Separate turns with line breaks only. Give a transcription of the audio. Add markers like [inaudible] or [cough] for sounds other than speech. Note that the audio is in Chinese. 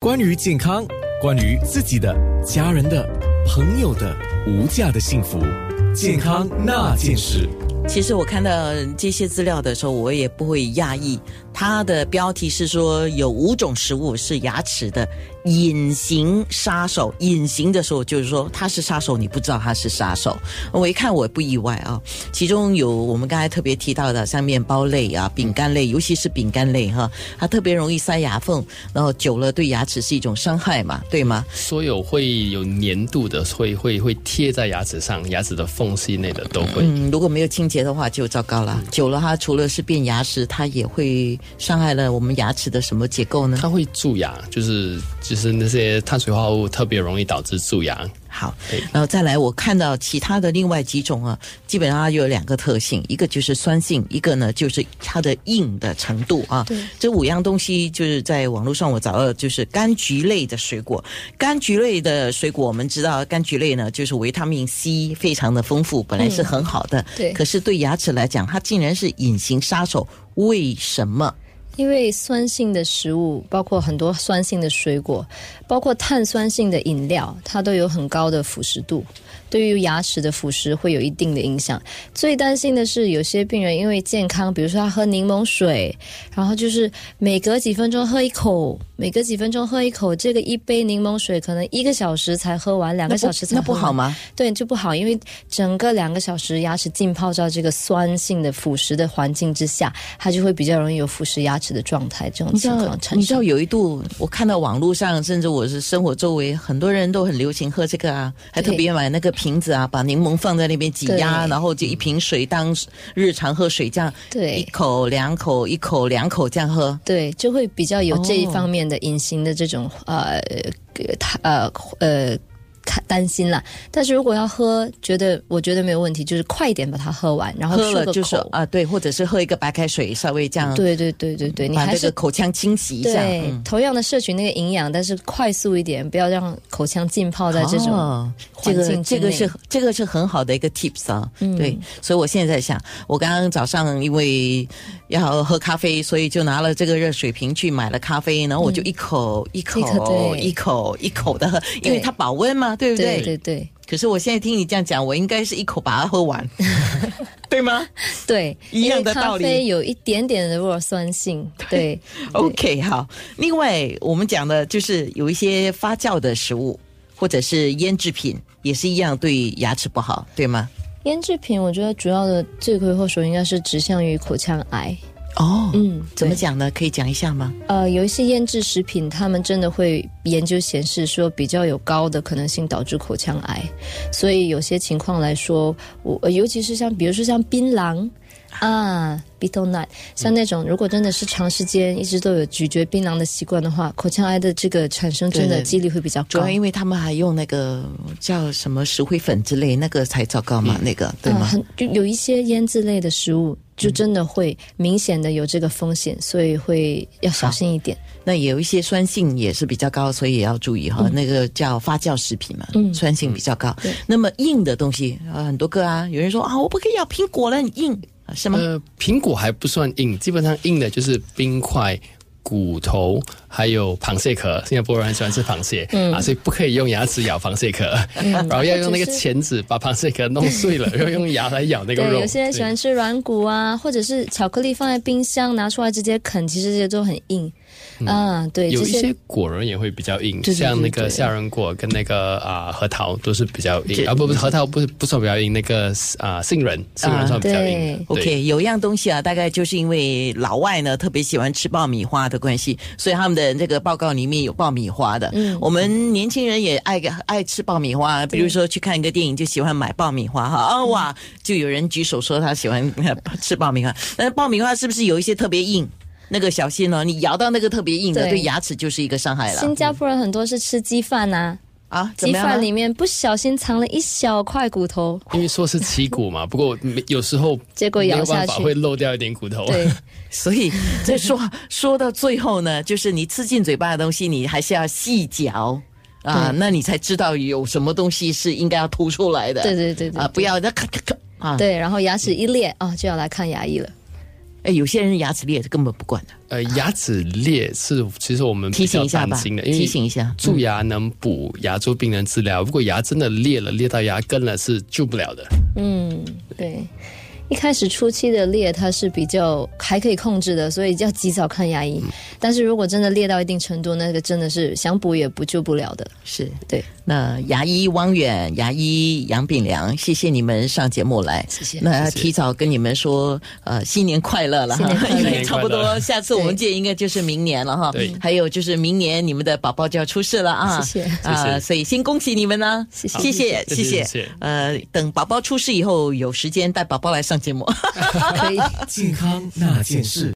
关于健康，关于自己的、家人的、朋友的无价的幸福，健康那件事。
其实我看到这些资料的时候，我也不会讶异。它的标题是说有五种食物是牙齿的隐形杀手。隐形的时候就是说它是杀手，你不知道它是杀手。我一看我不意外啊。其中有我们刚才特别提到的，像面包类啊、饼干类，尤其是饼干类哈，它特别容易塞牙缝，然后久了对牙齿是一种伤害嘛，对吗？
所有会有粘度的，会会会贴在牙齿上，牙齿的缝隙内的都会。
嗯，如果没有清洁的话就糟糕了。
嗯
久了它除了是变牙石，它也会伤害了我们牙齿的什么结构呢？
它会蛀牙，就是就是那些碳水化合物特别容易导致蛀牙。
好，然后再来，我看到其他的另外几种啊，基本上它有两个特性，一个就是酸性，一个呢就是它的硬的程度啊。
对，
这五样东西就是在网络上我找到，就是柑橘类的水果。柑橘类的水果，我们知道啊柑橘类呢就是维他命 C 非常的丰富，本来是很好的，
嗯对
可是对牙齿来讲，它竟然是隐形杀手，为什么？
因为酸性的食物，包括很多酸性的水果，包括碳酸性的饮料，它都有很高的腐蚀度，对于牙齿的腐蚀会有一定的影响。最担心的是，有些病人因为健康，比如说他喝柠檬水，然后就是每隔几分钟喝一口，每隔几分钟喝一口，这个一杯柠檬水可能一个小时才喝完，两
那
个
不
小时才
那
喝
不
完
好吗？
对，就不好，因为整个两个小时牙齿浸泡在这个酸性的腐蚀的环境之下，它就会比较容易有腐蚀牙齿的状态这种
你知
情
道
况，产
你知道
生。
有一度，我看到网络上，甚至我是生活周围，很多人都很流行喝这个啊，还特别买那个瓶子啊，把柠檬放在那边挤压，
对
然后就一瓶水当日常喝水这样，
对
一口两口，一口两口这样喝。
对，就会比较有这一
哦
方面的隐形的这种、呃呃它呃呃看担心啦。但是如果要喝，觉得我觉得没有问题，就是快一点把它喝完，然后
喝了
漱个
就是
口
啊，对，或者是喝一个白开水，稍微这样，
对对对对对，你
把
还
这
是
个口腔清洗一下。
对、
嗯
同样的摄取那个营养，但是快速一点，不要让口腔浸泡在这种、
哦这
环
个
境之
这个
内嗯
是这个是很好的一个 tips 啊，对，所以我现在在想，我刚刚早上因为要喝咖啡，所以就拿了这个热水瓶去买了咖啡，然后我就一口、一口
嗯一口对
一口一口的喝，因为它保温嘛，对不
对对对
可是我现在听你这样讲，我应该是一口把它喝
[laughs]
完，对吗
对，
一样的
因为
道理
咖啡有一点点的弱酸
[laughs]
性，对，
？OK，好。另外，我们讲的就是有一些发酵的食物或者是腌制品，也是一样对牙齿不好，对吗？
腌制品我觉得主要的罪魁祸首应该是指向于口腔癌。
哦，
嗯，
怎么
对？
讲呢？可以讲一下吗？
呃，有一些腌制食品，他们真的会研究显示说比较有高的可能性导致口腔癌，所以有些情况来说，我、呃尤其是像比如说像槟榔啊。betel nut，像那种如果真的是长时间一直都有咀嚼槟榔的习惯的话，口腔癌的这个产生真
对
的
对
几率会比较
主
高
要。因为他们还用那个叫什么石灰粉之类，那个才糟糕嘛，那个对
啊，
吗？
很就有一些腌制类的食物，就真的会明显的有这个风
嗯
险，所以会要小心一点。
那有一些酸性也是比较高，所以也要注意哈。那个叫发酵食品嘛，酸性比较高。那么硬的东西啊、呃很多个啊，有人说啊，我不可以咬苹果了，很硬啊是
嗯
吗？
呃，苹果还不算硬，基本上硬的就是冰块、骨头，还有螃蟹壳。新加坡人很喜欢吃螃蟹、
嗯
啊，所以不可以用牙齿咬螃蟹壳，然后要用
[laughs]
那个钳子把螃蟹壳弄碎了，然后用牙来咬那个
对，
肉。
有些人喜欢吃软骨啊，
嗯
或者是巧克力放在冰箱拿出来直接啃，其实这些都很硬。
嗯
啊，对，
有
这
一
些
些果仁也会比较硬，
对对
像那
对
个
对
夏仁果跟那个啊、核桃都是比较
这
硬啊，不不是核桃不是不算比较硬，那个啊、杏仁杏
啊
仁算比较硬的。对
OK，有一样东西啊，大概就是因为老外呢特别喜欢吃爆米花的关系，所以他们的这个报告里面有爆米花的。嗯，我们年轻人也爱爱吃爆米花，比如说去看一个电影就喜欢买爆米花哈。啊、
嗯
哇，就有人举手说他喜欢呃吃爆米花， [laughs] 但爆米花是不是有一些特别硬？那个小心哦，你咬到那个特别硬的，
对
对牙齿就是一个伤害了
新加坡人很多是吃鸡饭啊，
啊！怎
鸡
么样啊
饭里面不小心藏了一小块骨头，
因为说是旗鼓嘛，不 [laughs] 过没有时候
结果
没
咬
有
下
办
去
法会漏掉一点骨头。
对。
所
[laughs]
以这说说到最后呢，就是你吃进嘴巴的东西，你还是要细嚼啊，那你才知道有什么东西是应该要吐出来的。
对对对对
啊，[laughs]
对
不要那咔咔咔啊。
哦对，然后牙齿一裂啊，就要来看牙医了。
哎，有些人牙齿裂根本不管的，
[laughs] 呃，牙齿裂是其实我们
提醒一下
比较
吧
担心的，因为
提醒一下
蛀牙能补牙周病人治疗，如果牙真的裂了，裂到牙根了是救不了的。
嗯，对。一开始初期的裂它是比较还可以控制的，所以要及早看牙医。但是如果真的裂到一定程度，那个真的是想补也补救不了的。
是
对， [laughs]
那牙医汪远、牙医杨炳良，谢谢你们上节目来。
谢谢
那
谢
提早跟你们说，呃，新年快乐了
新年快
哈，因
乐
新
为
年
差
快乐
不多，下次我们见应该就是明年了哈。
对
还有就是明年你们的宝宝就要出世了啊。
谢谢
啊、
谢谢
所以先恭喜你们呢、
谢谢
谢谢，
谢谢谢谢
呃，等宝宝出世以后，有时间带宝宝来上节目。
可以。
健康那件事。